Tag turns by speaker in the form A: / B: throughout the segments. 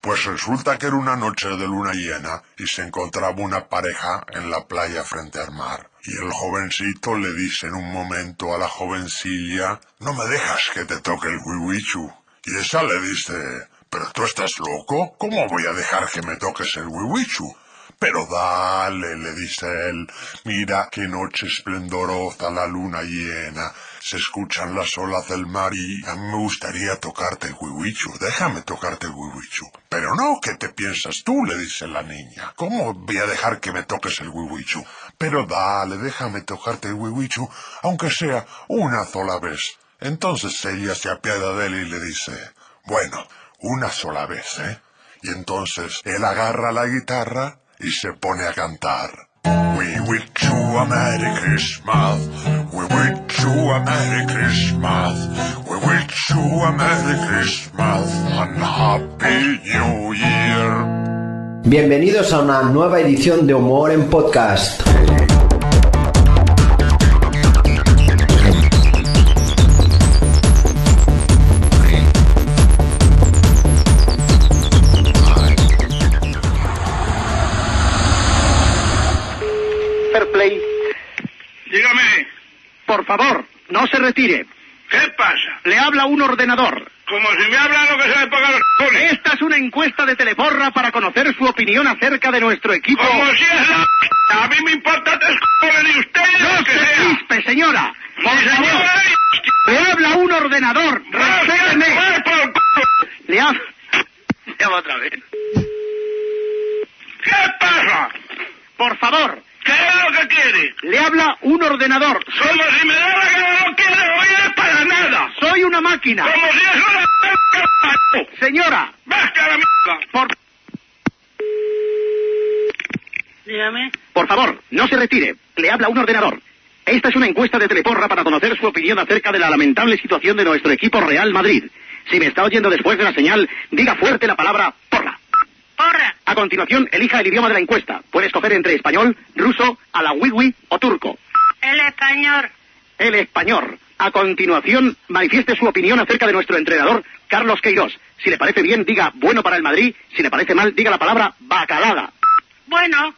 A: Pues resulta que era una noche de luna llena y se encontraba una pareja en la playa frente al mar. Y el jovencito le dice en un momento a la jovencilla, no me dejas que te toque el huihuichu. Y esa le dice, pero tú estás loco, ¿cómo voy a dejar que me toques el huihuichu? Pero dale, le dice él, mira qué noche esplendorosa la luna llena. Se escuchan las olas del mar y a mí me gustaría tocarte el huihuichu, déjame tocarte el huihuichu. Pero no, ¿qué te piensas tú? le dice la niña. ¿Cómo voy a dejar que me toques el huihuichu? Pero dale, déjame tocarte el huihuichu, aunque sea una sola vez. Entonces ella se apiada de él y le dice, bueno, una sola vez, ¿eh? Y entonces él agarra la guitarra y se pone a cantar. We wish you a Merry Christmas, we wish you a Merry Christmas, we wish you a Merry Christmas and Happy New Year.
B: Bienvenidos a una nueva edición de Humor en Podcast.
C: Fair Play.
D: Dígame,
C: Por favor, no se retire.
D: ¿qué pasa?
C: Le habla un ordenador.
D: Como si me hablan lo que se me pagan los cojones.
C: Esta es una encuesta de Teleporra para conocer su opinión acerca de nuestro equipo.
D: Como si es la... A mí me importa tres cojones de ustedes
C: ¡No
D: lo que
C: se
D: sea.
C: crispe, señora! ¡Por
D: Mi
C: favor!
D: señora y-
C: ¡Le habla un ordenador!
D: ¡No, se
C: ¡Respéteme!
D: muere por el culo!
C: Le habla... Llama otra vez.
D: ¿Qué pasa?
C: Por favor,
D: ¿Qué es lo que quiere?
C: le habla un ordenador.
D: Como si me da la gana no quiero oír para nada.
C: Soy una máquina.
D: Como si es una... que-
C: Señora,
D: ¡Vete a la mierda!
C: por...
E: Dígame.
C: Por favor, no se retire. Le habla un ordenador. Esta es una encuesta de Teleporra para conocer su opinión acerca de la lamentable situación de nuestro equipo Real Madrid. Si me está oyendo después de la señal, diga fuerte la palabra porra.
E: Porra.
C: A continuación, elija el idioma de la encuesta. Puede escoger entre español, ruso, alawiwi o turco.
E: El español.
C: El español. A continuación, manifieste su opinión acerca de nuestro entrenador, Carlos Queiroz. Si le parece bien, diga bueno para el Madrid. Si le parece mal, diga la palabra bacalada.
E: Bueno.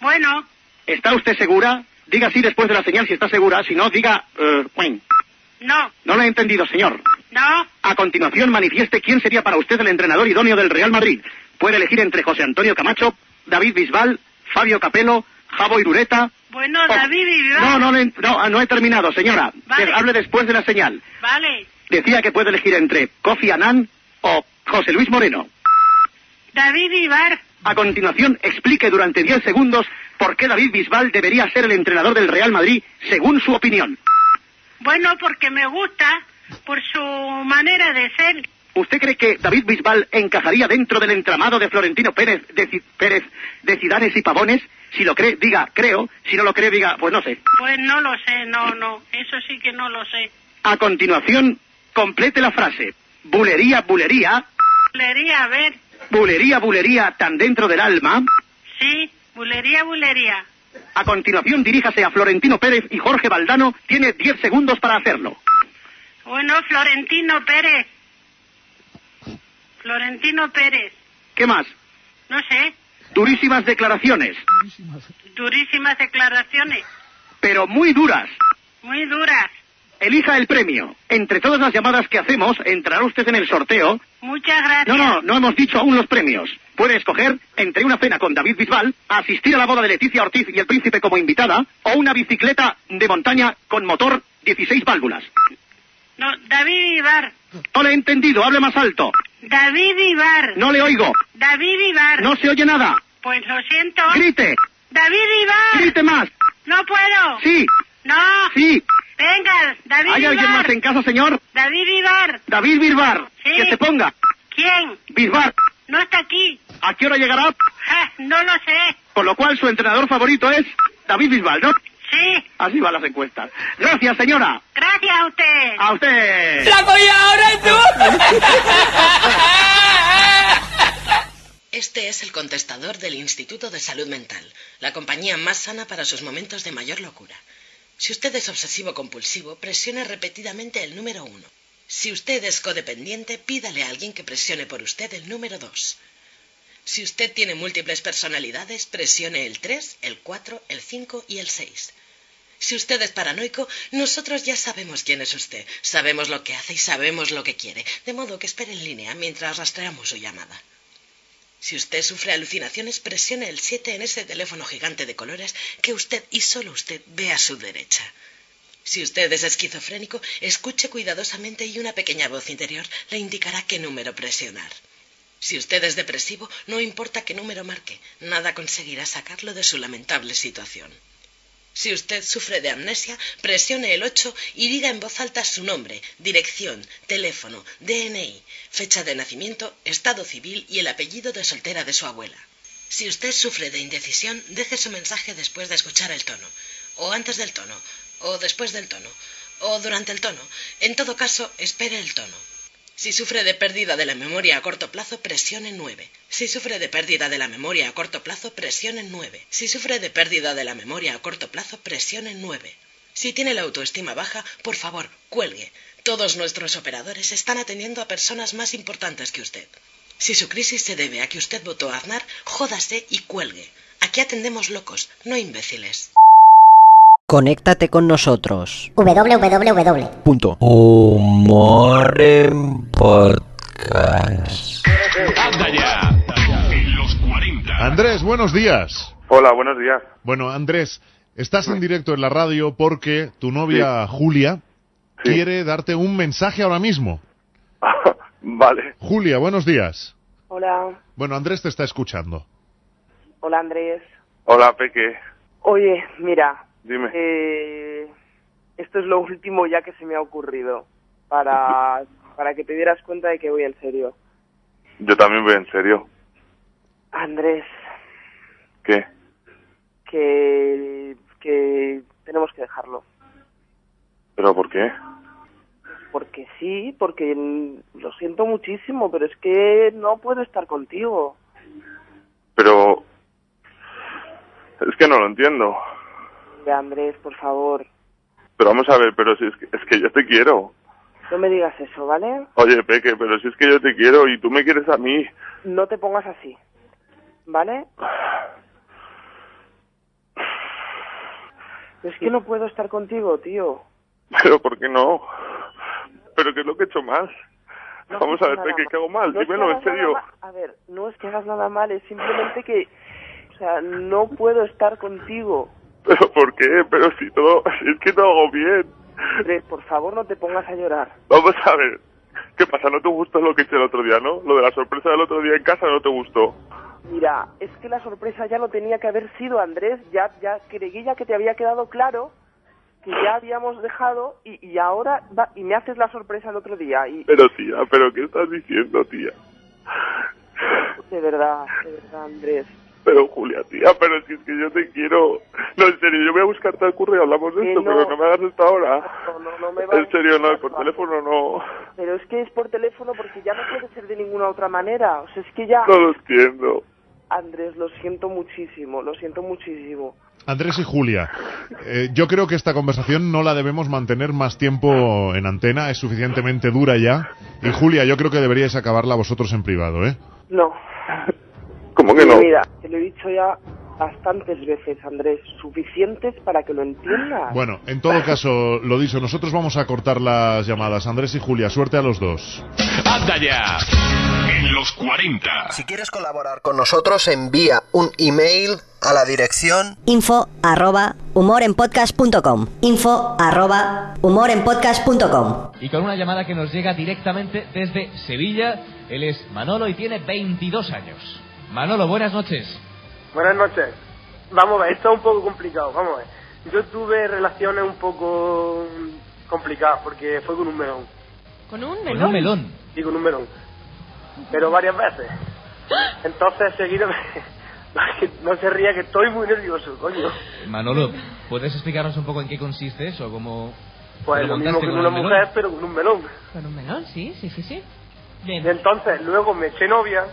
E: Bueno.
C: ¿Está usted segura? Diga sí después de la señal si está segura. Si no, diga... eh, bueno.
E: No.
C: No lo he entendido, señor.
E: No.
C: A continuación, manifieste quién sería para usted el entrenador idóneo del Real Madrid. Puede elegir entre José Antonio Camacho, David Bisbal, Fabio Capello, Javo Irureta...
E: Bueno,
C: o-
E: David Bisbal.
C: Oh. No, no, le he- no, ah, no he terminado, señora.
E: Vale.
C: Eh, Hable después de la señal.
E: Vale.
C: Decía que puede elegir entre Kofi Annan o José Luis Moreno.
E: David Ibar.
C: A continuación, explique durante 10 segundos por qué David Bisbal debería ser el entrenador del Real Madrid, según su opinión.
E: Bueno, porque me gusta por su manera de ser.
C: ¿Usted cree que David Bisbal encajaría dentro del entramado de Florentino Pérez de, Ci- Pérez de Cidanes y Pavones? Si lo cree, diga creo. Si no lo cree, diga pues no sé.
E: Pues no lo sé, no, no. Eso sí que no lo sé.
C: A continuación, complete la frase. Bulería, bulería,
E: Bulería, a ver.
C: bulería, bulería, tan dentro del alma.
E: Sí. Bulería, bulería.
C: A continuación, diríjase a Florentino Pérez y Jorge Valdano. Tiene 10 segundos para hacerlo.
E: Bueno, Florentino Pérez. Florentino Pérez.
C: ¿Qué más?
E: No sé.
C: Durísimas declaraciones,
E: Durísimas declaraciones.
C: pero muy duras.
E: Muy duras.
C: Elija el premio. Entre todas las llamadas que hacemos, entrará usted en el sorteo
E: Muchas gracias.
C: No, no, no hemos dicho aún los premios. Puede escoger entre una cena con David Bisbal, asistir a la boda de Leticia Ortiz y el príncipe como invitada, o una bicicleta de montaña con motor 16 válvulas.
E: No, David Ibar.
C: No le he entendido, hable más alto.
E: David Ibar.
C: No le oigo.
E: David Ibar.
C: No se oye nada.
E: Pues lo siento.
C: Grite,
E: David Ibar.
C: grite más.
E: No puedo.
C: Sí,
E: No.
C: sí.
E: Venga, David
C: ¿Hay
E: Ibar.
C: alguien más en casa, señor?
E: David Ibar.
C: David Bisbal.
E: Sí.
C: Que se ponga.
E: ¿Quién?
C: Bisbal,
E: No está aquí.
C: ¿a qué hora llegará?
E: Ja, no lo sé.
C: Con lo cual su entrenador favorito es David Bisbal, ¿no?
E: Sí.
C: Así van las encuestas. Gracias, señora.
E: Gracias a usted.
C: A usted.
F: Este es el contestador del Instituto de Salud Mental, la compañía más sana para sus momentos de mayor locura. Si usted es obsesivo compulsivo, presione repetidamente el número uno. Si usted es codependiente, pídale a alguien que presione por usted el número dos. Si usted tiene múltiples personalidades, presione el 3, el 4, el 5 y el 6. Si usted es paranoico, nosotros ya sabemos quién es usted, sabemos lo que hace y sabemos lo que quiere, de modo que espere en línea mientras rastreamos su llamada. Si usted sufre alucinaciones, presione el 7 en ese teléfono gigante de colores que usted y solo usted ve a su derecha. Si usted es esquizofrénico, escuche cuidadosamente y una pequeña voz interior le indicará qué número presionar. Si usted es depresivo, no importa qué número marque, nada conseguirá sacarlo de su lamentable situación. Si usted sufre de amnesia, presione el 8 y diga en voz alta su nombre, dirección, teléfono, DNI, fecha de nacimiento, estado civil y el apellido de soltera de su abuela. Si usted sufre de indecisión, deje su mensaje después de escuchar el tono, o antes del tono, o después del tono, o durante el tono. En todo caso, espere el tono. Si sufre de pérdida de la memoria a corto plazo, presione 9. Si sufre de pérdida de la memoria a corto plazo, presione 9. Si sufre de pérdida de la memoria a corto plazo, presione 9. Si tiene la autoestima baja, por favor, cuelgue. Todos nuestros operadores están atendiendo a personas más importantes que usted. Si su crisis se debe a que usted votó a Aznar, jódase y cuelgue. Aquí atendemos locos, no imbéciles.
G: Conéctate con nosotros.
H: www.
G: Punto.
I: Humor en podcast.
D: ¡Anda ya! En los 40.
J: Andrés, buenos días.
K: Hola, buenos días.
J: Bueno, Andrés, estás en directo en la radio porque tu novia Julia
K: Sí.
J: quiere darte un mensaje ahora mismo.
K: vale.
J: Julia, buenos días.
L: Hola,
J: Bueno, Andrés te está escuchando.
L: hola Andrés.
K: Hola, Peque.
L: Oye, mira,
K: Dime.
L: eh, esto es lo último ya que se me ha ocurrido para, para que te dieras cuenta de que voy en serio.
K: Yo también voy en serio.
L: Andrés,
K: ¿Qué?
L: que, que tenemos que dejarlo.
K: ¿Pero por qué?
L: Porque sí, porque mm, lo siento muchísimo, pero es que no puedo estar contigo.
K: Pero... Es que no lo entiendo.
L: Ya, Andrés, por favor,
K: Pero vamos a ver, pero si es que, es que yo te quiero.
L: no me digas eso, ¿vale?
K: Oye, Peque, pero si es que yo te quiero y tú me quieres a mí.
L: No te pongas así, ¿vale? Es que no puedo estar contigo, tío.
K: Pero ¿por qué no? ¿Pero qué es lo que he hecho mal?
L: No
K: vamos
L: has
K: a
L: hecho
K: ver,
L: nada
K: Peque,
L: mal.
K: ¿qué hago mal?
L: No es que
K: Dímelo, en
L: hagas nada
K: serio.
L: mal. A ver, no es que hagas nada mal, es simplemente que, o sea, no puedo estar contigo.
K: ¿Pero por qué? Pero si todo... si es que todo hago bien.
L: Andrés, por favor, no te pongas a llorar.
K: Vamos a ver. ¿Qué pasa? ¿No te gustó lo que hice el otro día, no? Lo de la sorpresa del otro día en casa no te gustó.
L: Mira, es que la sorpresa ya no tenía que haber sido, Andrés. Ya, ya creí ya que te había quedado claro que ya habíamos dejado y, y ahora va- y me haces la sorpresa el otro día. Y
K: Pero tía, ¿pero qué estás diciendo, tía?
L: de verdad, de verdad, Andrés.
K: Pero Julia, tía, pero si es que yo te quiero... No, en serio, yo voy a buscarte al curro y hablamos de
L: Que
K: esto,
L: no.
K: pero no me hagas esto ahora.
L: No, no, no me va-
K: En serio, no, por
L: no.
K: teléfono no.
L: Pero es que es por teléfono porque ya no puede ser de ninguna otra manera. O sea, es que ya...
K: No lo entiendo.
L: Andrés, lo siento muchísimo, lo siento muchísimo.
J: Andrés y Julia, eh, yo creo que esta conversación no la debemos mantener más tiempo en antena, es suficientemente dura ya. Y Julia, yo creo que deberíais acabarla vosotros en privado, ¿eh?
L: No.
K: ¿Cómo que no?
L: Mira, te lo he dicho ya bastantes veces, Andrés, suficientes para que lo entiendas.
J: Bueno, en todo caso, lo dicho, nosotros vamos a cortar las llamadas. Andrés y Julia, suerte a los dos.
D: ¡Anda ya! En los 40.
B: Si quieres colaborar con nosotros, envía un email a la dirección
H: Info arroba humorenpodcast.com. Info arroba humorenpodcast.com.
I: Y con una llamada que nos llega directamente desde Sevilla, él es Manolo y tiene 22 años. Manolo, buenas noches.
L: Buenas noches. Vamos a ver, esto es un poco complicado, vamos a ver. Yo tuve relaciones un poco complicadas porque fue con un melón,
E: ¿Con un
I: Con un melón.
L: y con un melón, pero varias veces.
I: ¡Ah!
L: Entonces, seguido, no se ría que estoy muy nervioso, coño.
I: Manolo, ¿puedes explicarnos un poco en qué consiste eso? ¿Cómo
L: Pues
I: te
L: lo mismo
I: montaste
L: que
I: con
L: una
I: el melón?
L: mujer, pero con un melón.
E: Con un melón, sí, sí, sí, sí.
L: Y entonces luego me eché novia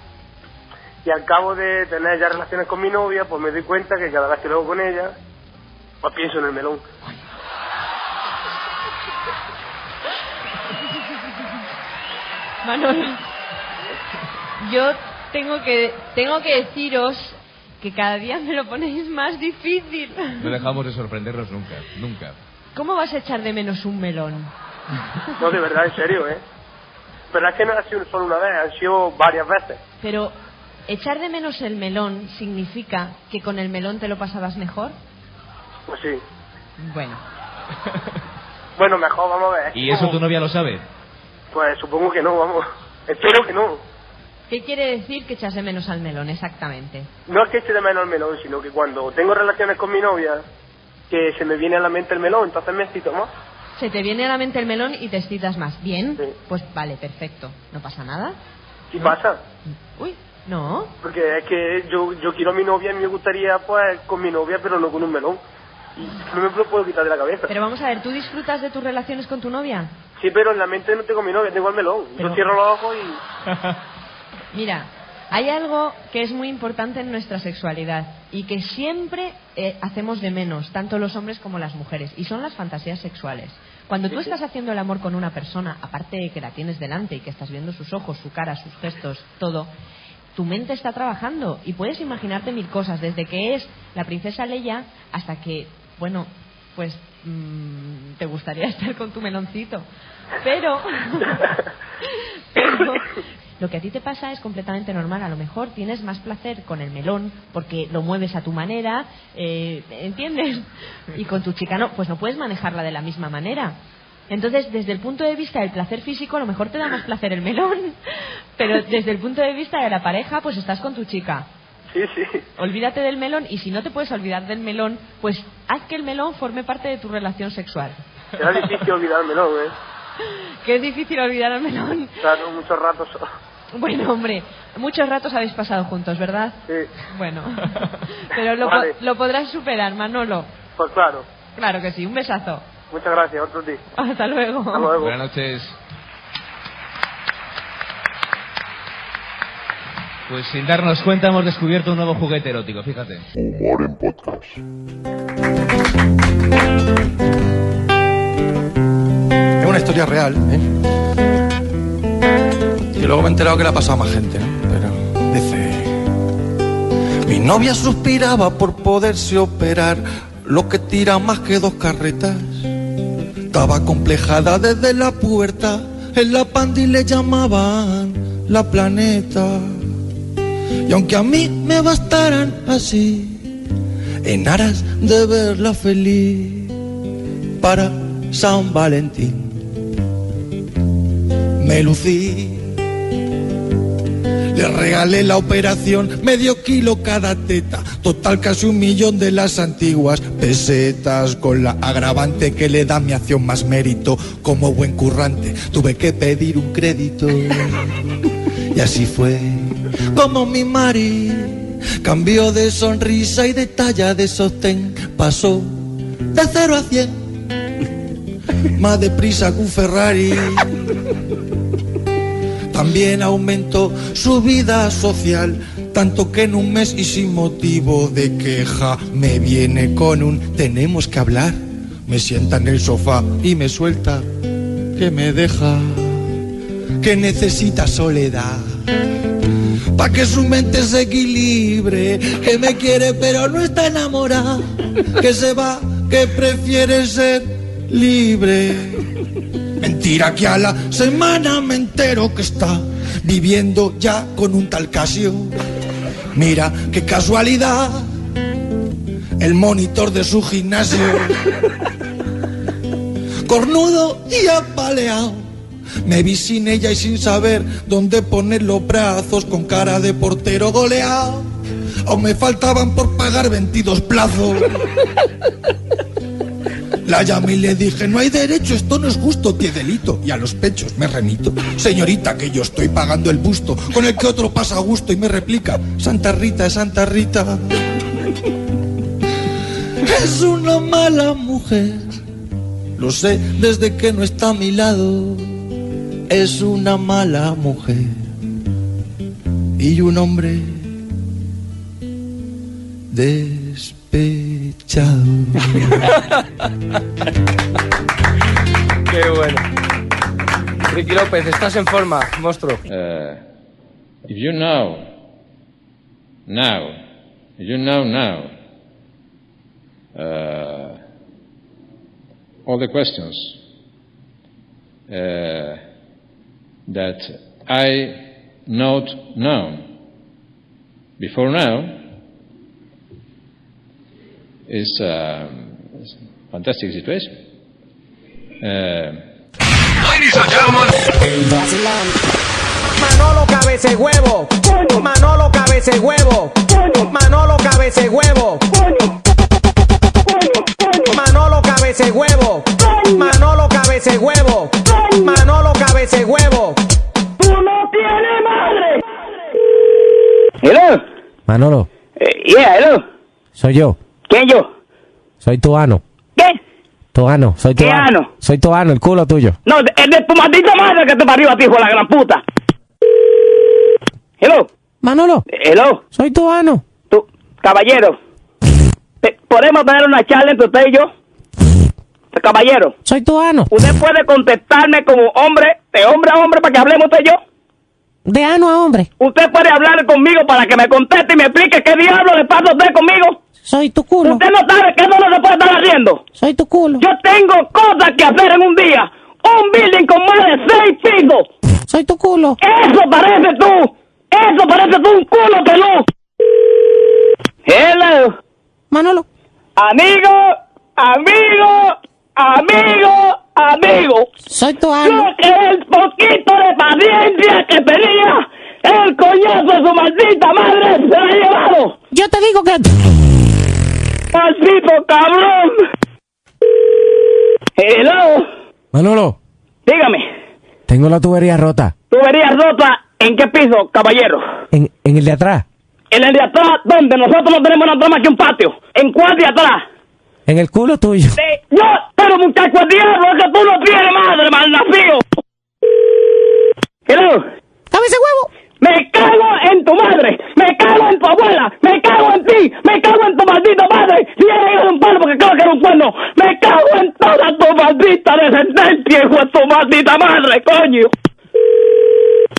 L: y al cabo de tener ya relaciones con mi novia, pues me doy cuenta que cada vez que lo hago con ella, pues pienso en el melón.
E: Manolo, yo
M: Tengo que, tengo que deciros que cada día me lo ponéis más difícil.
I: No dejamos de sorprendernos nunca, nunca.
M: ¿Cómo vas a echar de menos un melón?
L: No, de verdad, en serio, ¿eh? Pero es que no ha sido solo una vez, han sido varias veces.
M: Pero echar de menos el melón significa que con el melón te lo pasabas mejor.
L: Pues sí.
M: Bueno.
L: Bueno, mejor, vamos a ver.
I: ¿Y eso tu novia lo sabe?
L: Pues supongo que no, vamos. Espero que no.
M: ¿Qué quiere decir que echas de menos al melón exactamente?
L: No es que eche de menos el melón, sino que cuando tengo relaciones con mi novia, que se me viene a la mente el melón, entonces me excito más.
M: Se te viene a la mente el melón y te excitas más. ¿Bien? Pues vale, perfecto. ¿No pasa nada?
L: ¿Y pasa?
M: Uy, no.
L: Porque es que yo, yo quiero a mi novia y me gustaría, pues, con mi novia, pero no con un melón. Y no me lo puedo quitar de la cabeza.
M: Pero vamos a ver, ¿tú disfrutas de tus relaciones con tu novia?
L: Sí, pero en la mente no tengo mi novia, tengo el melón. Yo
M: Pero-
L: cierro los ojos y...
M: Mira, hay algo que es muy importante en nuestra sexualidad y que siempre eh, hacemos de menos, tanto los hombres como las mujeres, y son las fantasías sexuales. Cuando tú
N: Sí, sí.
M: estás haciendo el amor con una persona, aparte de que la tienes delante y que estás viendo sus ojos, su cara, sus gestos, todo, tu mente está trabajando y puedes imaginarte mil cosas, desde que es la princesa Leia hasta que, bueno, pues mm, te gustaría estar con tu meloncito. Pero, pero lo que a ti te pasa es completamente normal. A lo mejor tienes más placer con el melón porque lo mueves a tu manera, eh, ¿entiendes? Y con tu chica no, pues no puedes manejarla de la misma manera. Entonces, desde el punto de vista del placer físico, a lo mejor te da más placer el melón, pero desde el punto de vista de la pareja, pues estás con tu chica.
L: Sí, sí.
M: Olvídate del melón y si no te puedes olvidar del melón, pues haz que el melón forme parte de tu relación sexual.
L: Será difícil olvidar el melón, ¿eh?
M: Que es difícil olvidar al melón.
L: Claro, muchos ratos.
M: Bueno, hombre, muchos ratos habéis pasado juntos, ¿verdad?
L: Sí.
M: Bueno, pero lo, po-
L: Vale.
M: lo podrás superar, Manolo.
L: Pues claro.
M: Claro que sí, un besazo.
L: Muchas gracias, otro día.
M: Hasta luego.
L: Hasta luego.
I: Buenas noches. Pues sin darnos cuenta hemos descubierto un nuevo juguete erótico, fíjate.
O: Humor en podcast.
P: Es una historia real, ¿eh? Y luego me he enterado que le ha pasado a más gente, ¿no? Pero dice... Mi novia suspiraba por poderse operar lo que tira más que dos carretas. Estaba complejada desde la puerta, en la pandi le llamaban la planeta. Y aunque a mí me bastaran así, en aras de verla feliz para San Valentín. Me lucí, le regalé la operación, medio kilo cada teta, total casi un millón de las antiguas pesetas, con la agravante que le da mi acción más mérito. Como buen currante, tuve que pedir un crédito. Y así fue como mi Mari cambió de sonrisa y de talla de sostén, pasó de cero a cien, más deprisa que un Ferrari. También aumentó su vida social, tanto que en un mes y sin motivo de queja me viene con un tenemos que hablar. Me sienta en el sofá y me suelta que me deja, que necesita soledad. Pa' que su mente se equilibre, que me quiere pero no está enamorada, que se va, que prefiere ser libre. Mentira que a la semana me entero que está viviendo ya con un tal Casio. Mira qué casualidad, el monitor de su gimnasio. Cornudo y apaleado, me vi sin ella y sin saber dónde poner los brazos con cara de portero goleado. Aún me faltaban por pagar 22 plazos. La llamé y le dije, no hay derecho, esto no es justo, qué delito. Y a los pechos me remito. Señorita, que yo estoy pagando el busto, con el que otro pasa a gusto y me replica, Santa Rita, Santa Rita. Es una mala mujer, lo sé desde que no está a mi lado. Es una mala mujer y un hombre despechado.
Q: Qué bueno.
N: Uh,
Q: Ricky López, estás en forma, monstruo.
R: If you know
N: now. You know now. Uh, all the questions uh, that I not known before now is um, is a fantastic situation. Uh,
O: Manolo cabece huevo. Manolo cabece huevo. Manolo cabece huevo. Manolo cabece huevo. Manolo cabece huevo. Manolo cabece huevo. Tú no tienes madre.
Q: Hello.
R: Manolo,
Q: Eh, yeah, hello.
R: soy yo.
Q: ¿Quién yo?
R: Soy tu ano.
Q: ¿Qué?
R: Tu ano, soy tu
Q: ¿Qué
R: ano.
Q: ano?
R: Soy tu ano, el culo tuyo.
Q: No, es de tu maldita madre que te parió a ti, hijo de la gran puta. Hello.
R: Manolo.
Q: Hello.
R: Soy tu ano.
Q: Tú, caballero. Pe- ¿Podemos tener una charla entre usted y yo? Caballero.
R: Soy tu ano.
Q: ¿Usted puede contestarme como hombre, de hombre a hombre, para que hablemos usted y yo?
R: De ano a hombre.
Q: ¿Usted puede hablar conmigo para que me conteste y me explique qué diablo le pasa a usted conmigo?
R: Soy tu culo.
Q: ¿Usted no sabe que eso no se puede estar haciendo?
R: Soy tu culo.
Q: Yo tengo cosas que hacer en un día. Un building con más de seis pisos.
R: Soy tu culo.
Q: Eso parece tú. Eso parece tú un culo pelú. Hello.
R: Manolo.
Q: Amigo, amigo, amigo, amigo.
R: Soy tu
Q: Yo el poquito de paciencia que tenía, el coñazo de su maldita madre se lo ha llevado.
R: Yo te digo que...
Q: ¡Maldito cabrón! Hello.
R: Manolo,
Q: Dígame,
R: tengo la tubería rota.
Q: tubería rota, ¿en qué piso, caballero?
R: En, en el de atrás.
Q: En el de atrás, donde nosotros no tenemos nada más que un patio. ¿En cuál de atrás?
R: En el culo tuyo.
Q: Eh, yo, pero muchacho, el diablo es que tú no tienes madre, malnacido. Hello.
R: ese huevo!
Q: Me cago en tu madre, me cago en tu abuela, me cago en ti, me cago en tu maldita madre. Si eres hijo de un palo porque creo que era un cuerno, me cago en toda tu maldita descendencia, hijo de tu maldita madre, coño.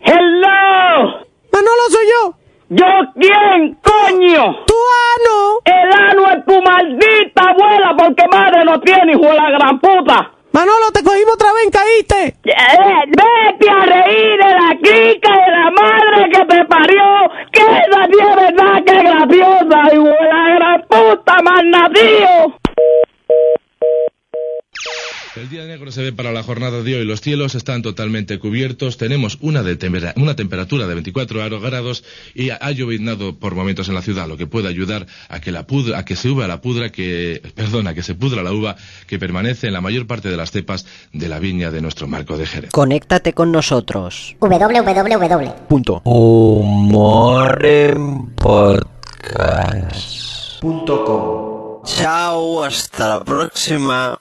Q: Hello.
R: Manolo soy yo.
Q: ¿Yo quién, coño?
R: Tu ano.
Q: El ano es tu maldita abuela porque madre no tiene, hijo de la gran puta.
R: Manolo, te cogimos otra vez, caíste.
Q: Eh, eh, vete a reír de la crica de la madre que te parió, que esa sí es verdad que es graciosa, hijo de la gran puta, mal nacido.
S: El día negro se ve para la jornada de hoy. Los cielos están totalmente cubiertos. Tenemos una, de temera- una temperatura de 24 aro- grados y ha lloviznado por momentos en la ciudad, lo que puede ayudar a que, la pudra, a que se uva la pudra que, perdona, que se pudra la uva que permanece en la mayor parte de las cepas de la viña de nuestro marco de Jerez.
G: Conéctate con nosotros.
H: www.
G: Punto.
T: Humor en podcast.
B: Chao, hasta la próxima.